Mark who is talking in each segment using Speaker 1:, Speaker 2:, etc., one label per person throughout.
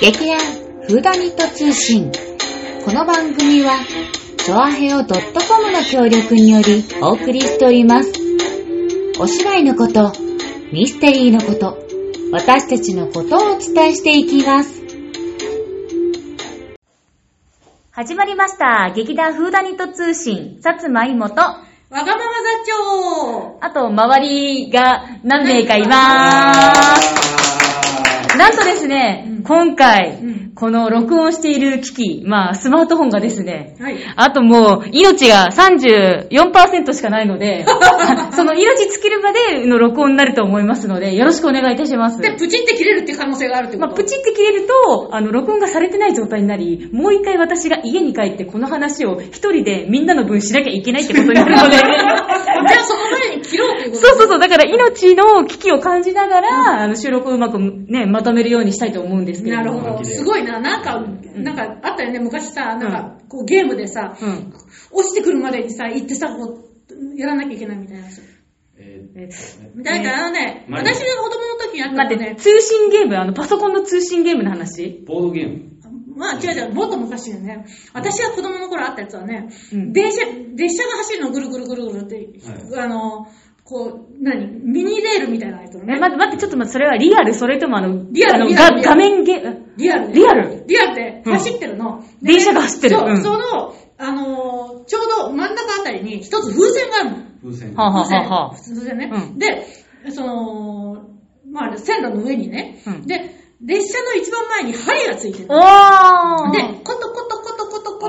Speaker 1: 劇団フーダニット通信。この番組は、チョアヘオ .com の協力によりお送りしております。お芝居のこと、ミステリーのこと、私たちのことをお伝えしていきます。始まりました。劇団フーダニット通信、さつまいもと、あ
Speaker 2: わがまま座長
Speaker 1: と周りが何名かいま
Speaker 2: あ
Speaker 1: す。なんとですね、
Speaker 2: うん
Speaker 1: 今回、
Speaker 2: うん
Speaker 1: この録音している機器、まあ、スマートフォンがですね、
Speaker 2: はい。
Speaker 1: あともう、命が34%しかないので、 その命尽きるまでの録音になると思いますので、よろしくお願いいたします。
Speaker 2: で、プチって切れるって可能性があるってこ
Speaker 1: ま
Speaker 2: と、
Speaker 1: あ、 プチって切れると、あの、録音がされてない状態になり、もう一回私が家に帰ってこの話を一人でみんなの分しなきゃいけないってことになるの で、
Speaker 2: じゃあその前に切ろうっていうこ
Speaker 1: そ
Speaker 2: と
Speaker 1: うそうそう、だから命の危機を感じながら、あの、収録をうまくね、まとめるようにしたいと思うんですけれ
Speaker 2: な
Speaker 1: ど
Speaker 2: る
Speaker 1: も。
Speaker 2: ほど。すごいな。なんか、なんかあったよね。昔さ、なんか、こうゲームでさ、
Speaker 1: うん。
Speaker 2: 落ちてくるまでにさ、行ってさ、こう、やらなきゃいけないみたいなやつ。
Speaker 3: えー
Speaker 1: え
Speaker 2: だからあのね、
Speaker 3: うん
Speaker 2: 私が子供の時にあった
Speaker 1: 待
Speaker 2: の
Speaker 1: って、
Speaker 2: ね、
Speaker 1: 通信ゲーム、あの、パソコンの通信ゲームの話
Speaker 3: ボードゲーム
Speaker 2: まあ違う違う、もっと昔だよね。私が子供の頃あったやつはね、
Speaker 1: うん
Speaker 2: 電車、列車が走るのぐるぐるぐるぐるって、あの、こう、何ミニレールみたいなやつの
Speaker 1: え、
Speaker 2: ね。
Speaker 1: 待って、待って、ちょっと待って、それはリアル、それともあの、
Speaker 2: リアル
Speaker 1: あの、
Speaker 2: リ
Speaker 1: が
Speaker 2: アル
Speaker 1: 画面ゲー、
Speaker 2: リアル
Speaker 1: リアル
Speaker 2: リアルで
Speaker 1: うん
Speaker 2: 走ってるの。で
Speaker 1: 電車が走ってる
Speaker 2: そう、
Speaker 1: うん
Speaker 2: その、あのーちょうど真ん中あたりに一つ風船があるの。
Speaker 3: 風船。
Speaker 1: はあはあ
Speaker 2: 風船。
Speaker 1: は
Speaker 2: 風船ね。
Speaker 1: うん
Speaker 2: で、その、まあ、線路の上にね、
Speaker 1: うん
Speaker 2: で、列車の一番前に針がついてる。
Speaker 1: おー
Speaker 2: で、コトコトコトコトコトコ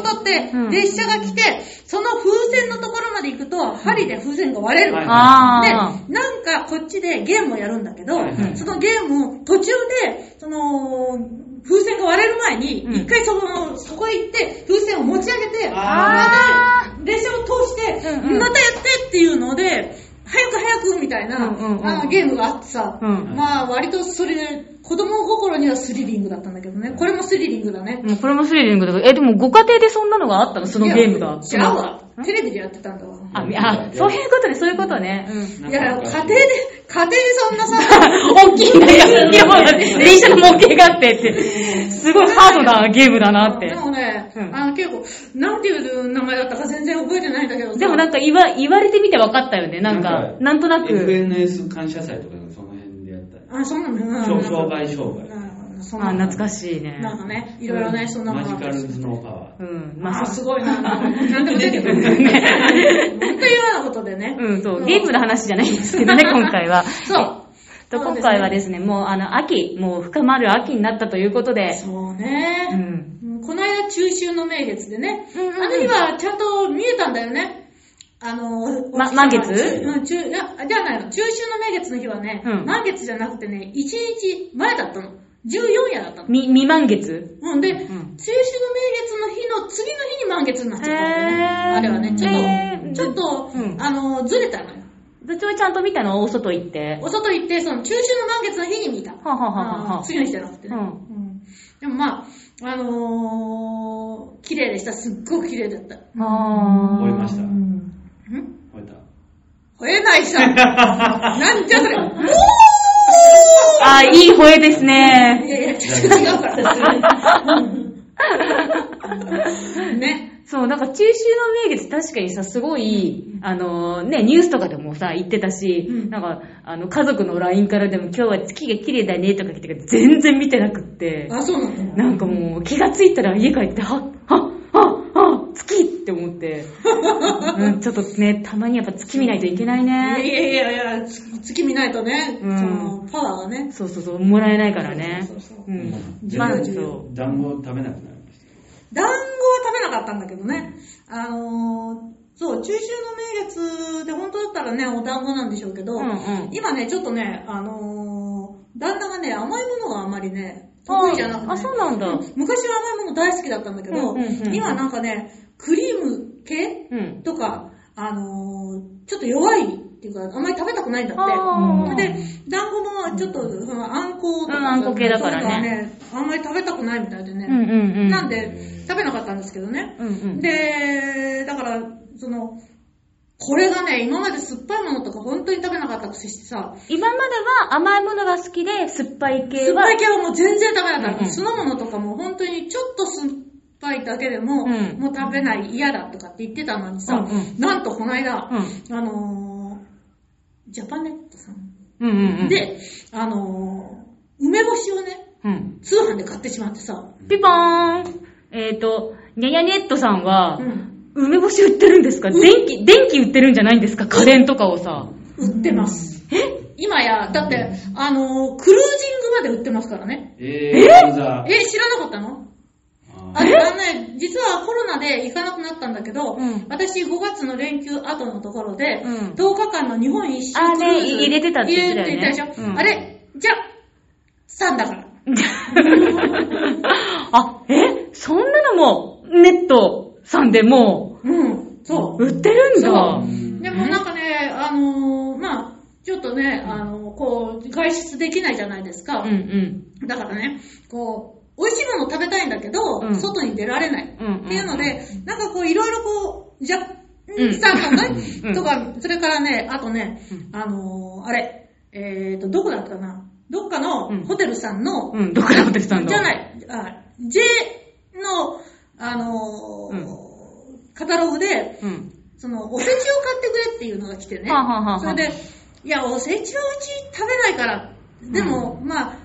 Speaker 2: トコトって
Speaker 1: うん、
Speaker 2: 列車が来て、その風船のところまで行くと、針で風船が割れる。
Speaker 3: はい
Speaker 2: で、
Speaker 1: あ
Speaker 2: なんかこっちでゲームをやるんだけど、
Speaker 3: はい
Speaker 1: はい
Speaker 2: そのゲームを途中で、その、風船が割れる前に、
Speaker 1: うん
Speaker 2: 一回その、そこへ行って、風船を持ち上げて、
Speaker 3: あ
Speaker 2: また列車を通して、
Speaker 1: うんうん
Speaker 2: またやってっていうので、早く早くみたいな、
Speaker 1: うんうんうん
Speaker 2: あのゲームがあってさ、
Speaker 1: うん
Speaker 2: まあ割とそれで、子供心にはスリリングだったんだけどね、これもスリリングだね
Speaker 1: ー。もうこれもスリリングだけど、え、でもご家庭でそんなのがあったのそのゲームが。
Speaker 2: いや違うわ
Speaker 1: う。ん
Speaker 2: テレビでやってたんだわ。
Speaker 1: あ、みあ、そういうことね、そういうことね。
Speaker 2: いや、家庭で、家庭でそんなさ、
Speaker 1: 大きいんだよ、量が電車の模型があってって。 すごいハードなゲームだなって
Speaker 2: で。もね、
Speaker 1: うん
Speaker 2: あの結構、なんていう名前だったか全然覚えてないんだけどさ
Speaker 1: でもなんか言わ言われてみて分かったよね、なんか、なんとなく。
Speaker 3: FNS 感謝祭とかその辺でやったり。
Speaker 2: あ、そんなの
Speaker 3: 障障害障害。
Speaker 2: 害。そん
Speaker 1: あ、
Speaker 2: なの
Speaker 1: 懐かしいね。
Speaker 2: なんかね、いろいろね、そんな
Speaker 3: マ
Speaker 2: の
Speaker 3: ジ
Speaker 2: が
Speaker 3: カルズノーパワ
Speaker 1: うん、ま
Speaker 2: あ、
Speaker 1: あ、そ
Speaker 2: すごいな。なんでも出てくる。
Speaker 1: ね
Speaker 2: 本当にようなことでね。
Speaker 1: うん、そう、ゲームの話じゃないんですけ どね、今回は。
Speaker 2: そう。
Speaker 1: と
Speaker 2: そうですね
Speaker 1: 今回はですね、もうあの、秋、もう深まる秋になったということで、
Speaker 2: そう
Speaker 1: う
Speaker 2: ね。
Speaker 1: ん。
Speaker 2: この間、中秋の名月でね、
Speaker 1: うんうんうん
Speaker 2: あの日はちゃんと見えたんだよね。あの、
Speaker 1: ま満月
Speaker 2: うん、中、いや、じゃないの。中秋の名月の日はね、
Speaker 1: うん
Speaker 2: 満月じゃなくてね、1日前だったの。14夜だったの。
Speaker 1: み、未満月
Speaker 2: うんで、中秋
Speaker 1: ん
Speaker 2: の名月の日の次の日に満月になっちゃったわけね、
Speaker 1: へー
Speaker 2: あれはね、ちょっと、
Speaker 1: へー
Speaker 2: ちょっと、
Speaker 1: うん
Speaker 2: あの、ずれたのよ。
Speaker 1: どっちもちゃんと見たの大外行って。
Speaker 2: お外行って、その中秋の満月の日に見た。
Speaker 1: はははは
Speaker 2: あの次の日じゃなくてね。
Speaker 1: うん
Speaker 2: うんでもまあ、あのー、綺麗でした。すっごく綺麗だった。
Speaker 1: あ
Speaker 3: ー。終えました。
Speaker 2: ん
Speaker 3: 終えた。
Speaker 2: 吠えない さ。なんじゃそれ。もう
Speaker 1: あー、いい吠えですね
Speaker 2: い。やいや、違 うから。うんね。
Speaker 1: そう、なんか中秋の名月確かにさ、すごい、あのーね、ニュースとかでもさ、言ってたし、
Speaker 2: うん
Speaker 1: なんか、あの、家族の LINE からでも今日は月が綺麗だねとか言ってたけど、全然見てなくって、
Speaker 2: あ、そうなんだ。
Speaker 1: なんかもう気がついたら家帰って、はっ、はっ、はっ、はっ、月って思 って、うん、ちょっとね、たまにやっぱ月見ないといけない
Speaker 2: い
Speaker 1: ね。
Speaker 2: やいやいやいや、つ月見ないとね、
Speaker 1: うん
Speaker 2: そのパワーがね。
Speaker 1: そうそうそう、もらえないからね
Speaker 2: そうそうそう。
Speaker 1: う
Speaker 3: うんん。
Speaker 1: まあ、
Speaker 2: 自
Speaker 1: そう。
Speaker 3: 団子食べなくなりまし
Speaker 2: 団子は食べなかったんだけどね。あのー、そう、中秋の名月で本当だったらね、お団子なんでしょうけど、
Speaker 1: うんうん
Speaker 2: 今ね、ちょっとね、あのー、旦那がね、甘いものがあまりね、得意じゃなくて、ね。
Speaker 1: あ、そうなんだ。う
Speaker 2: 昔は甘いもの大好きだったんだけど、
Speaker 1: うんうんうんうん
Speaker 2: 今なんかね、クリーム系
Speaker 1: ん。
Speaker 2: とか、あのーちょっと弱いっていうか、あんまり食べたくないんだ
Speaker 1: あ
Speaker 2: っ
Speaker 1: ー
Speaker 2: て。で、団子もちょっと、そのあんことかさ、
Speaker 1: うんあんこ系だからね
Speaker 2: そういうのはあんまり食べたくないみたいでね。
Speaker 1: うんうんうん。
Speaker 2: なんで、食べなかったんですけどね。
Speaker 1: うんうん。
Speaker 2: で、だから、その、これがね、今まで酸っぱいものとか本当に食べなかったくせしてさ、
Speaker 4: 今までは甘いものが好きで、酸っぱい系
Speaker 2: 酸っ
Speaker 4: は
Speaker 2: ぱい、系はもう全然食べなかった。
Speaker 4: うん
Speaker 2: 酢の物とかも本当にちょっと酸っぱいだけでも、
Speaker 4: うん
Speaker 2: もう食べない嫌だとかって言ってたのにさ、
Speaker 4: うんうん
Speaker 2: なんとこの間、
Speaker 4: うん
Speaker 2: あのー、ジャパネットさん。
Speaker 4: うんうんうん、
Speaker 2: で、あのー、梅干しをね、
Speaker 4: うん、
Speaker 2: 通販で買ってしまってさ、
Speaker 4: ピンポーンえっ、ー、と、ニャニャネットさんは、
Speaker 2: うん、
Speaker 4: 梅干し売ってるんですか、電気、電気売ってるんじゃないんですか家電とかをさ。
Speaker 2: 売ってます。え今や、だって、あのー、クルージングまで売ってますからね。
Speaker 3: えー、銀座。
Speaker 2: え、知らなかったの
Speaker 3: あ
Speaker 2: あれあのね、実はコロナで行かなくなったんだけど、
Speaker 4: うん
Speaker 2: 私5月の連休後のところで、
Speaker 4: うん
Speaker 2: 10日間の日本一周
Speaker 4: あー
Speaker 2: クルーズ
Speaker 4: ね入れてたって言ってたよね
Speaker 2: 入れてたでしょ、
Speaker 4: うん
Speaker 2: あれじゃあ、3だから。
Speaker 4: あ、えそんなのも、ネットさんでも
Speaker 2: うん、そう
Speaker 4: う、。売ってるんだ。
Speaker 2: そう
Speaker 3: ー
Speaker 2: でもなんかね、あのーまあちょっとね、あのーこう、外出できないじゃないですか。
Speaker 4: うんうん。
Speaker 2: だからね、こう、美味しいもの食べたいんだけど、
Speaker 4: うん
Speaker 2: 外に出られない。
Speaker 4: うんうん
Speaker 2: っていうので、なんかこう、いろいろこう、じゃ、
Speaker 4: うん
Speaker 2: ん、さんがね、
Speaker 4: うん
Speaker 2: とか、それからね、あとね
Speaker 4: うん、
Speaker 2: あのーあれ、えーと、どこだったかなどっか
Speaker 4: うん
Speaker 2: のホテルさんの、
Speaker 4: うん、どこらホテルさんの
Speaker 2: じゃない、あ J の、あのーカタログで、
Speaker 4: うん。
Speaker 2: その、おせちを買ってくれっていうのが来てね。
Speaker 4: はあはあはあ
Speaker 2: それで、いや、おせちはうち食べないから。でも、まあ、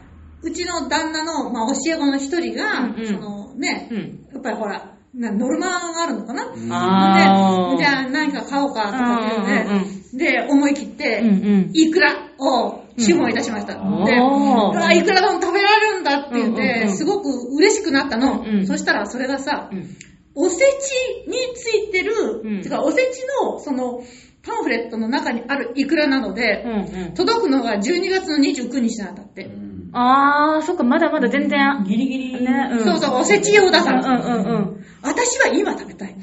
Speaker 2: うちの旦那の、まあ、教え子の一人が、
Speaker 4: うんうん
Speaker 2: そのね、
Speaker 4: うん。
Speaker 2: やっぱりほら、なノルマがあるのかな、で、じ
Speaker 4: あー
Speaker 2: ゃあ何か買おうかとかっていう
Speaker 4: うんうんう
Speaker 2: ね、で、思い切って、
Speaker 4: うんうん。
Speaker 2: いくらを注文いたしました。
Speaker 3: うん
Speaker 2: で、
Speaker 4: おー
Speaker 2: うわいくら丼食べられるんだって言って、
Speaker 4: うんうんうん
Speaker 2: すごく嬉しくなったの。
Speaker 4: うん
Speaker 2: そしたらそれがさ、
Speaker 4: うん
Speaker 2: おせちについてる、
Speaker 4: うん
Speaker 2: てかおせちのそのパンフレットの中にあるいくらなの
Speaker 4: う
Speaker 2: で、
Speaker 4: んうん。
Speaker 2: 届くのが12月の29日なんだって。
Speaker 3: うん
Speaker 4: あー、そっか、まだまだ全然。
Speaker 5: ギリギリ。
Speaker 4: ね、うん。
Speaker 2: そうそう、おせち用だから。
Speaker 4: うんうんうん。
Speaker 2: 私は今食べたい。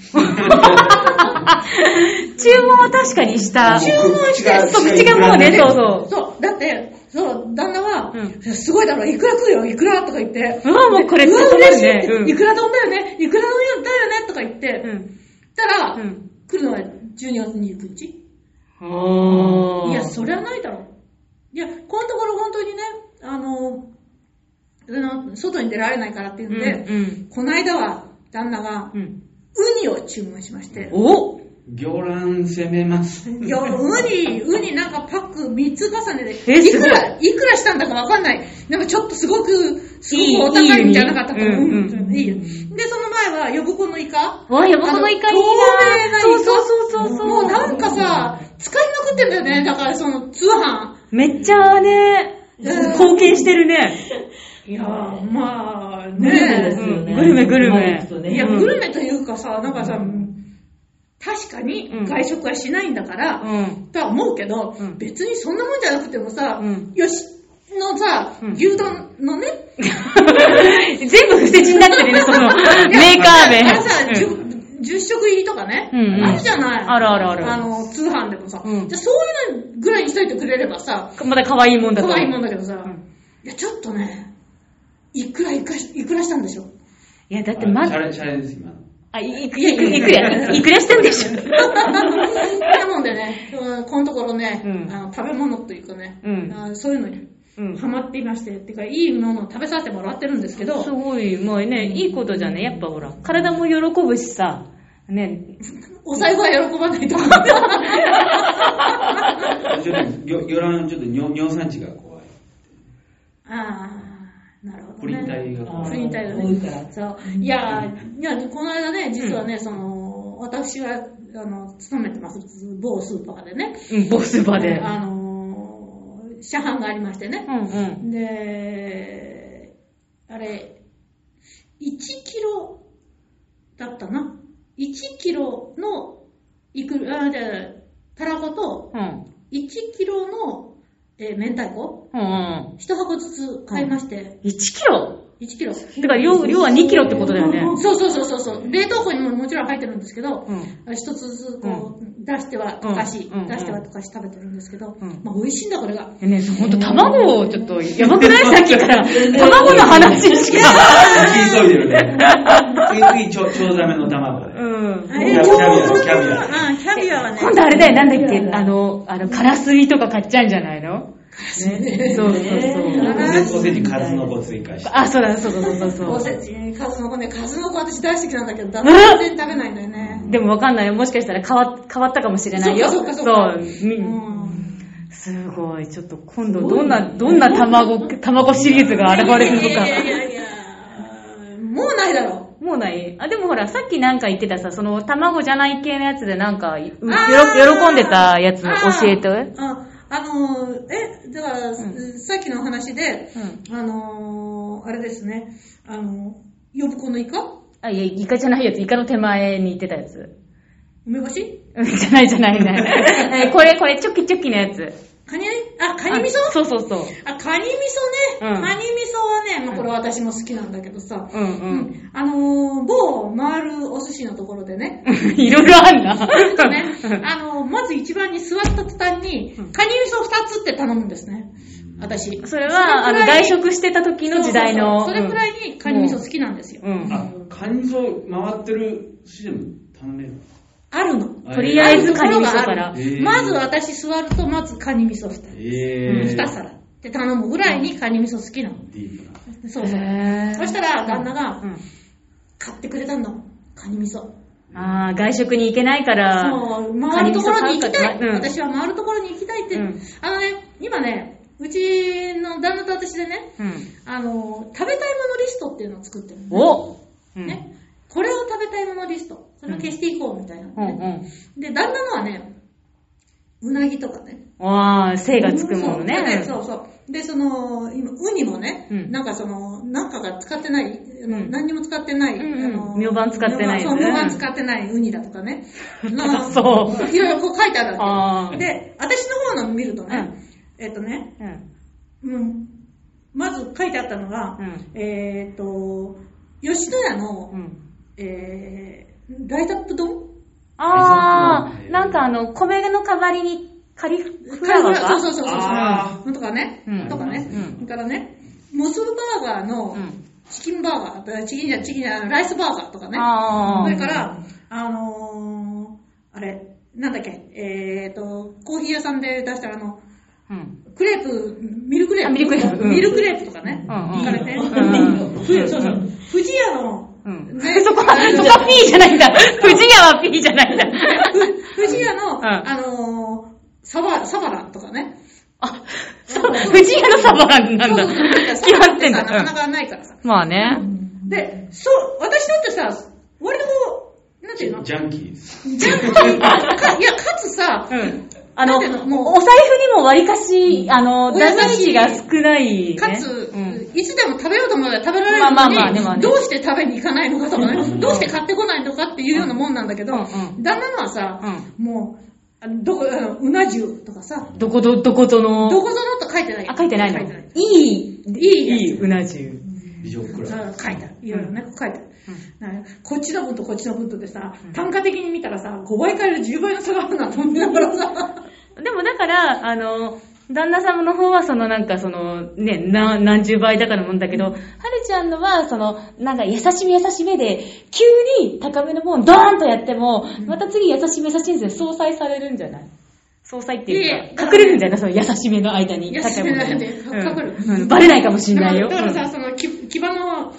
Speaker 4: 注文は確かにした。
Speaker 2: 注文して、
Speaker 4: そう、口がもうね、そうそう。
Speaker 2: そう、だって、そう、旦那は、
Speaker 4: うん
Speaker 2: いやすごいだろ、いくら食うよ、いくらとか言って。
Speaker 4: うわもうこれ
Speaker 2: うわ、
Speaker 4: 絶対
Speaker 2: 嬉しい
Speaker 4: ね
Speaker 2: って
Speaker 4: うん
Speaker 2: いくら丼だよね、いくら丼だよね、とか言って。
Speaker 4: うん。
Speaker 2: たら、
Speaker 4: うん。
Speaker 2: 来るのは12月29日。
Speaker 4: おー。
Speaker 2: いや、そりゃないだろ。いや、このところ本当にね、あの、あの外に出られないからっていうんで、
Speaker 4: うん
Speaker 2: この間は、旦那が
Speaker 4: う、ん。うん。
Speaker 2: ウニを注文しまして。
Speaker 4: お
Speaker 3: 魚卵攻めます。
Speaker 2: いや、ウニ、ウニなんかパック3つ重ね
Speaker 4: え
Speaker 2: で、い
Speaker 4: すご
Speaker 2: く
Speaker 4: い
Speaker 2: ら、いくらしたんだかわかんない。なんかちょっとすごく、す
Speaker 4: いい
Speaker 2: ごくお高いんじゃなかったかな。
Speaker 4: いいウニうん
Speaker 2: うんいいよ。で、その前は、呼子のイカ
Speaker 4: わ、やばこの怒りが。
Speaker 2: 透明なイカ
Speaker 4: そうそうそうそうそう。
Speaker 2: もうなんかさ、使いまくってんだよね。だからその、通販。
Speaker 4: めっちゃね、
Speaker 2: うん
Speaker 4: 貢献してるね。
Speaker 2: いやー、まあ、
Speaker 5: グルメで
Speaker 2: ね
Speaker 5: すよね。
Speaker 4: うんグルメグルメ
Speaker 5: うまいこと
Speaker 2: いや、
Speaker 5: ね。
Speaker 2: グルメというかさ、なんかさ、確かに
Speaker 4: うん
Speaker 2: 外食はしないんだから、
Speaker 4: うん。
Speaker 2: とは思うけど、
Speaker 4: うん
Speaker 2: 別にそんなもんじゃなくてもさ、
Speaker 4: うん
Speaker 2: よし、のさ、
Speaker 4: うん
Speaker 2: 牛丼のね、
Speaker 4: 全部不正になってるね、その、 メーカー名。
Speaker 2: あれさ、
Speaker 4: うん
Speaker 2: 10, 10食入りとかね、
Speaker 4: うんうん
Speaker 2: あるじゃない。
Speaker 4: あるあるある
Speaker 2: の、通販でもさ、
Speaker 4: うん
Speaker 2: じゃあそういうのぐらいにしといてくれればさ、
Speaker 4: まだ可愛いもんだと。
Speaker 2: 可愛いもんだけどさ、
Speaker 4: ん
Speaker 2: いや、ちょっとね、いくらいくらいくらしたんでしょ
Speaker 4: いや、だってま
Speaker 3: シャレ、シャレです、今の。
Speaker 4: あ、いいく、いく、いくら、いくらしてんでしょ。
Speaker 2: なのでね、うんこのところね、
Speaker 4: うん
Speaker 2: あの食べ物というかね、
Speaker 4: うん
Speaker 2: あそういうのに
Speaker 4: うん
Speaker 2: ハマっていまして、てかいいものを食べさせてもらってるんですけど、
Speaker 4: すごい、まあね、いいことじゃね。やっぱほら、体も喜ぶしさ、ね、
Speaker 2: お財布は喜ばないと思って。
Speaker 3: ちょっと、魚魚卵、ちょっと尿尿酸値が怖い。
Speaker 2: ああ、なるほど、ね。
Speaker 3: プリン体が
Speaker 5: あー
Speaker 3: 怖
Speaker 2: プ
Speaker 3: い。
Speaker 2: リン体が
Speaker 5: 多いから
Speaker 2: ね。そう。いやー、いや、この間ね、実はね、その、私は、あの、勤めてます、某スーパーでね。
Speaker 4: うん、ボス場で。
Speaker 2: あのー、車販がありましてね
Speaker 4: う。んうん。
Speaker 2: で、あれ、1キロだったな。1キロの、いくら、あ、じゃあたらこと、
Speaker 4: うん。
Speaker 2: 1キロの、えー明太子、
Speaker 4: うんうん。
Speaker 2: 1箱ずつ買いまして、
Speaker 4: 1キロ
Speaker 2: 1 1キロ。
Speaker 4: だから量、量は2キロってことだよね。
Speaker 2: そうそうそうそうそう。冷凍庫にももちろん入ってるんですけど、
Speaker 4: うん。
Speaker 2: 一つずつこう、出しては溶かし、
Speaker 4: うん
Speaker 2: 出しては溶かし食べてるんですけど、
Speaker 4: うん
Speaker 2: まあ美味しいんだこれが。
Speaker 4: えねえ、ほんと卵をちょっと、やばくないさっきから。卵の話し か。
Speaker 3: 急いでるね。次々、ちょ、ちょうざめの卵で。
Speaker 4: うん。
Speaker 3: キャキャビア、キャビア。
Speaker 2: うん、キャビアはね。
Speaker 4: 今度あれだよ、なんだっけ、あの、あの、カラスミとか買っちゃうんじゃないのね。そうそうそう。
Speaker 3: おせちカラスの子追加して。
Speaker 4: あ、そうだ、そうそうそうそ
Speaker 2: お
Speaker 4: う。
Speaker 2: せち、数の子ね、数の子私大好きなんだけど、全然食べないんだよね。
Speaker 4: でもわかんないよ。もしかしたら変わ変わったかもしれないよ。
Speaker 2: そっかそっかそっか
Speaker 4: そうみ
Speaker 2: うん
Speaker 4: すごい。ちょっと今度どんな、どんな卵、卵シリーズが現れる
Speaker 2: いやいやい
Speaker 4: のか。
Speaker 2: やいや、もうないだろ
Speaker 4: もうないあ、でもほら、さっきなんか言ってたさ、その卵じゃない系のやつでなんか、うよろ
Speaker 2: あー
Speaker 4: 喜んでたやつ
Speaker 2: あー
Speaker 4: 教えて。
Speaker 2: ああのー、え、だから、さっきの話で、
Speaker 4: う
Speaker 2: あのー、あれですね、あのー、呼ぶ子のイカ
Speaker 4: あ、いや、イカじゃないやつ、イカの手前に行ってたやつ。
Speaker 2: 梅干し
Speaker 4: うん じゃないじゃな いね。えーこれ、これ、チョキチョキのやつ。
Speaker 2: カニあ、カニ味噌
Speaker 4: あそうそうそう。
Speaker 2: あ、カニ味噌ね。
Speaker 4: うん
Speaker 2: カニ味噌はね、まあ、これ私も好きなんだけどさ。
Speaker 4: うんう。
Speaker 2: うんんあのー、某回るお寿司のところでね、
Speaker 4: いろいろあんな。
Speaker 2: ね、あのー、まず一番に座った途端に、カニ味噌二つって頼むんですね。私。
Speaker 4: それは、あの、
Speaker 2: それくらい
Speaker 4: 外食してた時の時代の。
Speaker 2: そうそうそうそれくらいにカニ味噌好きなんですよ。
Speaker 4: うん。うん
Speaker 3: あ、カニ噌回ってるシーン頼める。
Speaker 2: あるの。
Speaker 4: とりあえずカニ味噌
Speaker 2: あ
Speaker 4: か
Speaker 2: る
Speaker 4: ら
Speaker 2: ところがあ。
Speaker 3: え
Speaker 2: る
Speaker 3: ー
Speaker 2: まず私座ると、まずカニ味噌二
Speaker 3: え
Speaker 2: つ。
Speaker 3: ー。
Speaker 2: 二皿って頼むぐらいにカニ味噌好きなの。
Speaker 3: ディープな。
Speaker 2: そうそう。
Speaker 4: へー
Speaker 2: そしたら、旦那が
Speaker 4: う、ん
Speaker 2: 買ってくれたんだもん。カニ味噌。
Speaker 4: ああ、外食に行けないから。
Speaker 2: そう、回るところに行きたい。
Speaker 4: カニ味噌買うかうん
Speaker 2: 私は回るところに行きたいって。
Speaker 4: うん
Speaker 2: あのね、今ね、うちの旦那と私でね、
Speaker 4: うん。
Speaker 2: あの、食べたいものリストっていうのを作ってるのね、
Speaker 4: おうん
Speaker 2: ね。これを食べたいものリスト。それを消していこうみたいな、
Speaker 4: うんう
Speaker 2: ね
Speaker 4: ん。
Speaker 2: で、旦那のはね、うなぎとかね。
Speaker 4: わあ、精がつくものね。
Speaker 2: そうそうそう。で、その、今、ウニもね、
Speaker 4: うん
Speaker 2: なんかその、なんかが使ってない、あの
Speaker 4: うん
Speaker 2: 何にも使ってない、
Speaker 4: うんうん
Speaker 2: あの
Speaker 4: ミョウバン使ってない
Speaker 2: ミョウバンそう、ミョ
Speaker 4: ね
Speaker 2: ウバン使ってないウニだとか ね。。
Speaker 4: あそう
Speaker 2: いろいろこう書いてあるわ
Speaker 4: あ
Speaker 2: け。
Speaker 4: ー
Speaker 2: で、私の方の見るとね、えっとね、
Speaker 4: うん。
Speaker 2: うん、まず書いてあったのが、
Speaker 4: うん
Speaker 2: えーっと、吉野家の、
Speaker 4: うん。
Speaker 2: えー、ライトアップ丼
Speaker 4: ああ、なんかあの、米の代わりにカリフラワー
Speaker 2: そう
Speaker 4: が。
Speaker 2: そうそうそう。
Speaker 3: あ
Speaker 2: とかね、
Speaker 4: うん
Speaker 2: とかね、
Speaker 4: うん
Speaker 2: それからね、モスルバーガーの
Speaker 4: うん
Speaker 2: チキンバーガー、チキンじゃ、チキンじゃ、ライスバーガーとかね。
Speaker 4: あー
Speaker 2: それから、あのー、あれ、なんだっけ、えーと、コーヒー屋さんで出したらあの、
Speaker 4: うん。
Speaker 2: クレープ、ミルクレー
Speaker 4: あ
Speaker 2: プ。
Speaker 4: ミルクレープうん
Speaker 2: ミルクレープとかね。
Speaker 4: うんうん
Speaker 2: 行かれて。
Speaker 4: うん
Speaker 2: ふそうそう。富士屋の、
Speaker 4: うん。
Speaker 2: ね
Speaker 4: そこは、そこは P じゃないんだ。富士屋は P じゃない んだ。
Speaker 2: 富士屋の、
Speaker 4: うん
Speaker 2: あのー、サバ、サバラとかね。
Speaker 4: あ、そう、富士屋のサバなんだ。
Speaker 2: そうそうそう
Speaker 4: 決まってんだ。
Speaker 2: サバラってさなかな
Speaker 4: うん
Speaker 2: かないからさ。
Speaker 4: まあね。
Speaker 2: で、そう、私だってさ、割とこう、なんていうの
Speaker 3: ジャンキーです。
Speaker 2: ジャンキーか、いや、かつさ、
Speaker 4: うん。あ
Speaker 2: な
Speaker 4: の、
Speaker 2: んていうのもう
Speaker 4: お財布にもわりかし、あの、
Speaker 2: お
Speaker 4: 出
Speaker 2: 優しい
Speaker 4: しが少ない、ね。
Speaker 2: かつ、
Speaker 4: うん
Speaker 2: いつでも食べようと思えば食べられるのに、
Speaker 4: まあまあまあねまあね
Speaker 2: どうして食べに行かないのかとかね、どうして買ってこないのかっていうようなもんなんだけど、
Speaker 4: うんうん
Speaker 2: 旦那のはさ、もう、あのどこ、あのうな重とかさ、
Speaker 4: どこど、どことの、
Speaker 2: どこぞのと書いてない。
Speaker 4: あ、書いてないの
Speaker 2: 書いてない。
Speaker 4: いい、
Speaker 2: いいやつ
Speaker 4: いいうな重。
Speaker 3: 美女ク
Speaker 2: そう
Speaker 3: ラ
Speaker 2: 書いた。いろいろね、書いた。なんかこっちの分とこっちの分とでさ、単価的に見たらさ、5倍から10倍の差があるなと思いながらさ、
Speaker 4: でもだから、あの、旦那様の方は、そのなんかその、ね、な何十倍だかのもんだけど、はるちゃんのは、その、なんか優しめ優しめで、急に高めのもんドーンとやっても、また次優しめ優しめで相殺されるんじゃない相殺っていうか、
Speaker 2: いえ
Speaker 4: 隠れるんじゃないその優しめの間に。
Speaker 2: 優しめの間に
Speaker 4: 高いもの
Speaker 2: 隠
Speaker 4: うんうんバレないかもしん
Speaker 2: だか
Speaker 4: ないよ。
Speaker 2: らだから
Speaker 4: う
Speaker 2: さ、
Speaker 4: ん
Speaker 2: その、き牙の、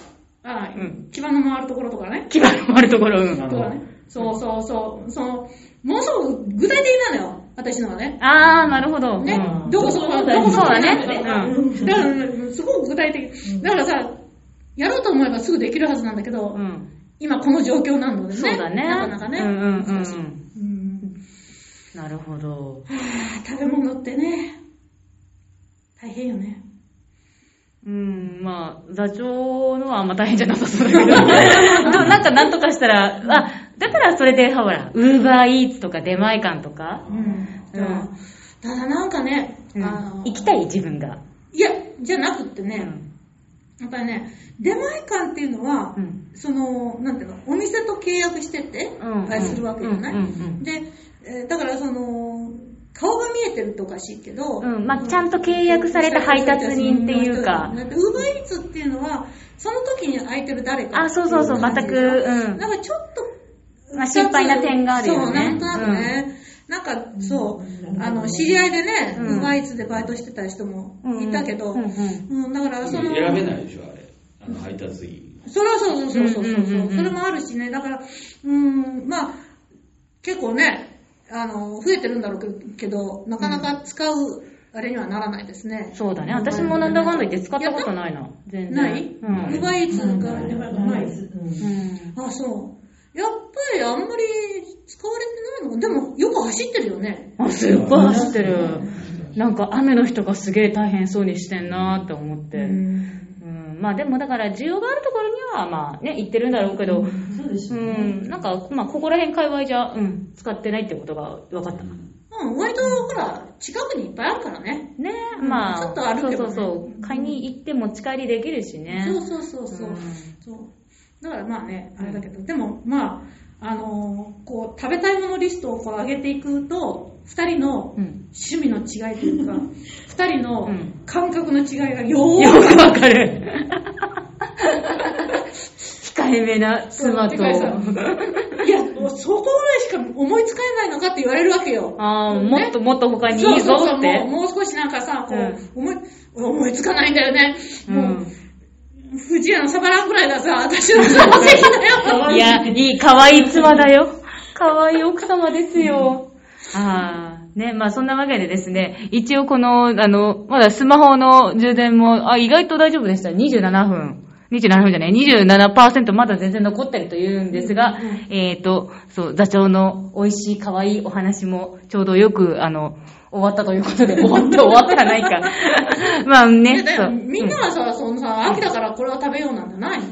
Speaker 2: あ
Speaker 4: うん
Speaker 2: 牙の回るところとかね、
Speaker 4: 牙のあるところ、うん
Speaker 3: なる
Speaker 2: と
Speaker 3: ほど
Speaker 2: かね、そうそうそう、その、ものすごく具体的なのよ、私のはね。
Speaker 4: あー、なるほど。
Speaker 2: ね
Speaker 4: う、ん
Speaker 2: どこそこ、どこそ
Speaker 4: そう
Speaker 2: こ
Speaker 4: だね
Speaker 2: うんだから、すごく具体的。だからさ、やろうと思えばすぐできるはずなんだけど、
Speaker 4: うん
Speaker 2: 今この状況なのでね。
Speaker 4: そうだね。
Speaker 2: なかなかね。
Speaker 4: うんうんうんうん。
Speaker 2: うん
Speaker 4: なるほど。
Speaker 2: あー食べ物ってね、大変よね。
Speaker 4: うん、まあ、座長のはあんま大変じゃなさそうだけど。で もなんかなんとかしたら、あ、だからそれで、ほら、ウーバーイーツとか出前館とか、
Speaker 2: じゃあただなんかね、
Speaker 4: うん
Speaker 2: あの
Speaker 4: 行きたい自分が。
Speaker 2: いや、じゃなくってね、
Speaker 4: うん
Speaker 2: やっぱりね、出前館っていうのは、
Speaker 4: うん
Speaker 2: その、なんていうの、お店と契約してて、
Speaker 4: うん
Speaker 2: あれするわけじゃない、
Speaker 4: うんうんうん
Speaker 2: で、えーだからその、顔が見えてるっておかしいけど、
Speaker 4: うんまあちゃんと契約された配達人っていうか
Speaker 2: だって、ウーバーイーツっていうのは、その時に空いてる誰か。
Speaker 4: あそうそうそう
Speaker 2: ってい感じでしょ
Speaker 4: 全くうん
Speaker 2: なんかちょっと、
Speaker 4: まあ心配な点があるよね
Speaker 2: そう、なんとなくね。なんか、そう、あの、知り合いでね、ウ
Speaker 4: うん
Speaker 2: ーバーイーツでバイトしてた人もいたけど、
Speaker 4: うんうんうん
Speaker 2: うん、だからその、
Speaker 3: 選べないでしょ、あれ。あの配達員。
Speaker 2: それはそうそうそうそうそう,、
Speaker 4: うんうんうんうん
Speaker 2: それもあるしね、だから、うーん、まあ、結構ね、あの、増えてるんだろうけど、なかなか使う、あれにはならないですね。
Speaker 4: そうだね。私もなんだかんだ言って使ったことないな。全然。
Speaker 2: ない
Speaker 4: うん。
Speaker 2: 奪いつ
Speaker 5: なんんか
Speaker 2: か、
Speaker 5: な
Speaker 2: ないんかない。
Speaker 4: うん
Speaker 2: あ、そう。やっぱりあんまり使われてないのか。でも、よく走ってるよね。
Speaker 4: あ、すっごい走ってる。なんか雨の人がすげえ大変そうにしてんなーって思って。うんまあでもだから需要があるところにはまあね、行ってるんだろうけど、
Speaker 5: そうでし
Speaker 4: う
Speaker 5: ょうね。
Speaker 4: ん、なんかまあここら辺界隈じゃ、うん、使ってないってことが分かった。ね
Speaker 2: うん、割と、ほら、近くにいっぱいあるからね。
Speaker 4: え、
Speaker 2: うん
Speaker 4: まあ、
Speaker 2: ちょっと歩けばね
Speaker 4: そうそうそう、買いに行って持ち帰りできるしね。
Speaker 2: そうそうそうそう。
Speaker 4: うん
Speaker 2: そうだからまあね、あれだけど、でもまあ、あのーこう、食べたいものリストをこう上げていくと、二人の
Speaker 4: うん
Speaker 2: 趣味の違いと いうか、二、人の
Speaker 4: うん
Speaker 2: 感覚の違いがよ
Speaker 4: よ
Speaker 2: ー
Speaker 4: くわかる。控えめな妻と。
Speaker 2: そう世界さんいや、もうそこぐらいしか思いつかえないのかって言われるわけよ。
Speaker 4: ああ、もっともっと他に
Speaker 2: そ
Speaker 4: いうい
Speaker 2: そ
Speaker 4: ぞ
Speaker 2: うそう、
Speaker 4: っ
Speaker 2: もう
Speaker 4: て。
Speaker 2: もう少しなんかさ、こ
Speaker 4: う
Speaker 2: う、思い、思いつかないんだよね。
Speaker 4: う
Speaker 2: も
Speaker 4: ん
Speaker 2: う、藤屋のサバランくらいださ、私 の完璧だよ。
Speaker 4: いや、いい、可愛い妻だよ。可愛い奥様ですよ。ああ、ね、まあそんなわけでですね、一応この、あの、まだスマホの充電も、あ、意外と大丈夫でした。27分。27分じゃない、27%まだ全然残ってると言うんですが、えっ、と、そう、座長の美味しい可愛いお話も、ちょうどよく、あの、終わったということで、終わって終わったない か。まあね、
Speaker 2: いやだ
Speaker 4: そ
Speaker 2: よ
Speaker 4: う
Speaker 2: みんなはさ、そのさ、秋だからこれは食べようなんじゃないの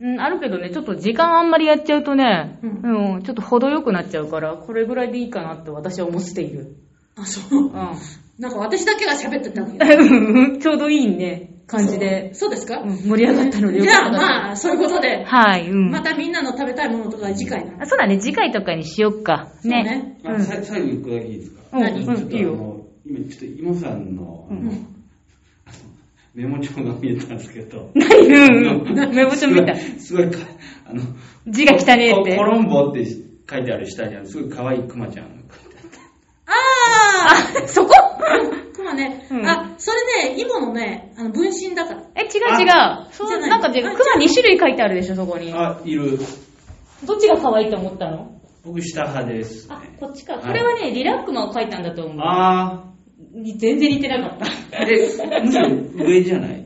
Speaker 4: うん、あるけどね、ちょっと時間あんまりやっちゃうとね、
Speaker 2: う
Speaker 4: うん、ちょっと程よくなっちゃうから、これぐらいでいいかなって私は思っている。
Speaker 2: あ、そう。
Speaker 4: うん。
Speaker 2: なんか私だけが喋ってたんだけ
Speaker 4: うんちょうどいいね、感じで。
Speaker 2: ど。そうですか、
Speaker 4: うん、盛り上がったのでよ
Speaker 2: じ
Speaker 4: か
Speaker 2: ゃあ
Speaker 4: ったです
Speaker 2: まあ、そういうことで、
Speaker 4: はい、うん。
Speaker 2: またみんなの食べたいものとか次回な。
Speaker 4: あそうだね、次回とかにしよっか。ね
Speaker 2: ね。
Speaker 3: あさ最後一個だけいいですか
Speaker 4: うん
Speaker 2: 何
Speaker 3: ちょっ
Speaker 4: うん
Speaker 3: と
Speaker 4: いい
Speaker 3: あ
Speaker 4: よ。
Speaker 3: の、今ちょっとイモさんの、あ
Speaker 4: う
Speaker 3: のあ
Speaker 4: ん
Speaker 3: のメモ帳が見えたんですけど。
Speaker 4: 何
Speaker 3: あ
Speaker 4: うんう
Speaker 3: の
Speaker 4: ん。メモ帳見
Speaker 3: すご
Speaker 4: た。
Speaker 3: い、すごいかあの、
Speaker 4: 字が汚ねえっ
Speaker 3: コ
Speaker 4: て
Speaker 3: コ。ロンボって書いてある下にある、すごい可愛いクマちゃんが書いてある。
Speaker 2: あ
Speaker 4: あ、そこ
Speaker 2: ークマね、
Speaker 4: うん
Speaker 2: あ、それね、今のね、あの、分身だから。
Speaker 4: え、違う違う。そう、
Speaker 2: じゃない
Speaker 4: なんかで、
Speaker 2: あ
Speaker 4: クマ2種類書いてあるでしょ、そこに。
Speaker 3: あ、いる。
Speaker 4: どっちが可愛いと思ったの
Speaker 3: 僕、下派です、
Speaker 4: あ、
Speaker 3: ね。
Speaker 4: こっちか。
Speaker 3: はい
Speaker 4: これはね、リラックマを書いたんだと思う。
Speaker 3: あ
Speaker 4: に全然似てなかった。
Speaker 3: ー。 え、むしろ上じゃない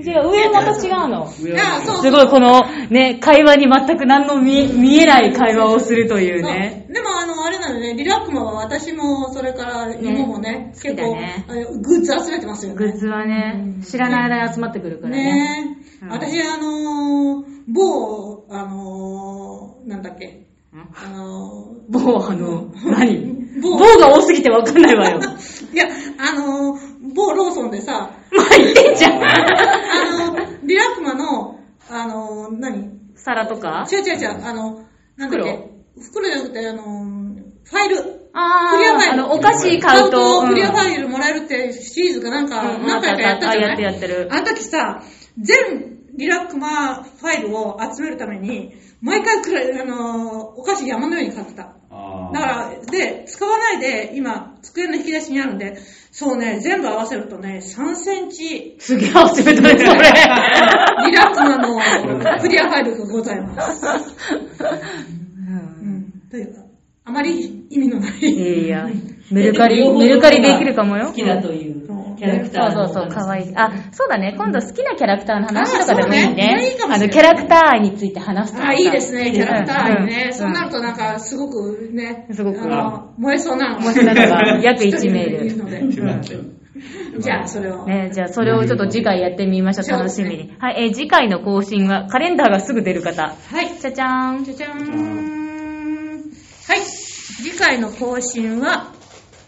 Speaker 4: 違う、上はまた違うの。
Speaker 3: 上は
Speaker 2: あーそう
Speaker 4: すごい、このね、会話に全く何の見え見えない会話をするというね。
Speaker 2: そうでもあの、あれなのね、リラックマは私も、それから、芋もね、
Speaker 4: 好き
Speaker 2: 結
Speaker 4: だ
Speaker 2: 構、
Speaker 4: ね
Speaker 2: あのグッズ集めてますよね。
Speaker 4: グッズはね、知らない間に集まってくるからね。
Speaker 2: ねえ、
Speaker 4: うん
Speaker 2: 私、あのー、某、あのー、なんだっけ、
Speaker 4: ん
Speaker 2: あのー、
Speaker 4: 某、あの、何某
Speaker 2: 某
Speaker 4: が多すぎてわかんないわ よ。まあ
Speaker 2: いや、あのー、某ローソンでさ、
Speaker 4: 言ってんじゃん。
Speaker 2: あの、リラックマの、あの、何
Speaker 4: 皿とか
Speaker 2: 違う違う違う、あの、なんだっけ袋じゃなくて、あの、ファイル。
Speaker 4: あ
Speaker 2: クリアファイル
Speaker 4: ー、あの、お菓子買うと。
Speaker 2: クリアフ
Speaker 4: イ
Speaker 2: ァイルもらえるってシリーズかなんか、
Speaker 4: うん
Speaker 2: 何回かやったじゃない、
Speaker 4: あやってやってる
Speaker 2: あの時さ、全リラックマファイルを集めるために、毎回くらい、あの、お菓子山のように買ってた。
Speaker 3: あー。
Speaker 2: だから、で、使わないで、今、机の引き出しにあるんで、そうね、全部合わせるとね、3センチ
Speaker 4: すげえ集めたね、 それ。
Speaker 2: リラックマのクリアファイルがございます。うん、というか、あまり意味のない。
Speaker 4: いやいや、 メルカ リ、メルカリできるかもよ
Speaker 5: 好。きだというキャラクタ
Speaker 4: そう
Speaker 5: ー
Speaker 4: そ
Speaker 5: の
Speaker 4: うそう、かわいい。あ、そうだね。今度好きなキャラクターの話とかでもいい
Speaker 2: あそうね
Speaker 4: ね
Speaker 2: いい。かも
Speaker 4: あ
Speaker 2: しれない
Speaker 4: の、キャラクター愛について話すとか
Speaker 2: あ、
Speaker 4: さ
Speaker 2: いいですね、キャラクター愛ね。
Speaker 4: ん
Speaker 2: そうなるとなんか、すごくね、
Speaker 4: すごく
Speaker 2: あの燃えそうな、
Speaker 4: 面白い のが約
Speaker 2: 一人
Speaker 4: 1メー
Speaker 2: いる
Speaker 4: ル。
Speaker 2: ので
Speaker 3: 決まってる
Speaker 2: じゃあ、それを。
Speaker 4: ね、じゃあそれをちょっと次回やってみましょう。楽しみに。はい、えー次回の更新はカレンダーがすぐ出る方。
Speaker 2: はい。
Speaker 4: ちゃちゃーん。
Speaker 2: じゃじゃーん。はい。次回の更新は、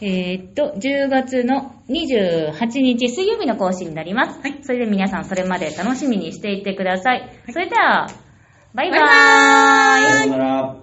Speaker 4: えーっと、10月の28日水曜日の更新になります。はい。それで皆さんそれまで楽しみにしていてください。それでは、バイバーイ
Speaker 3: さようなら。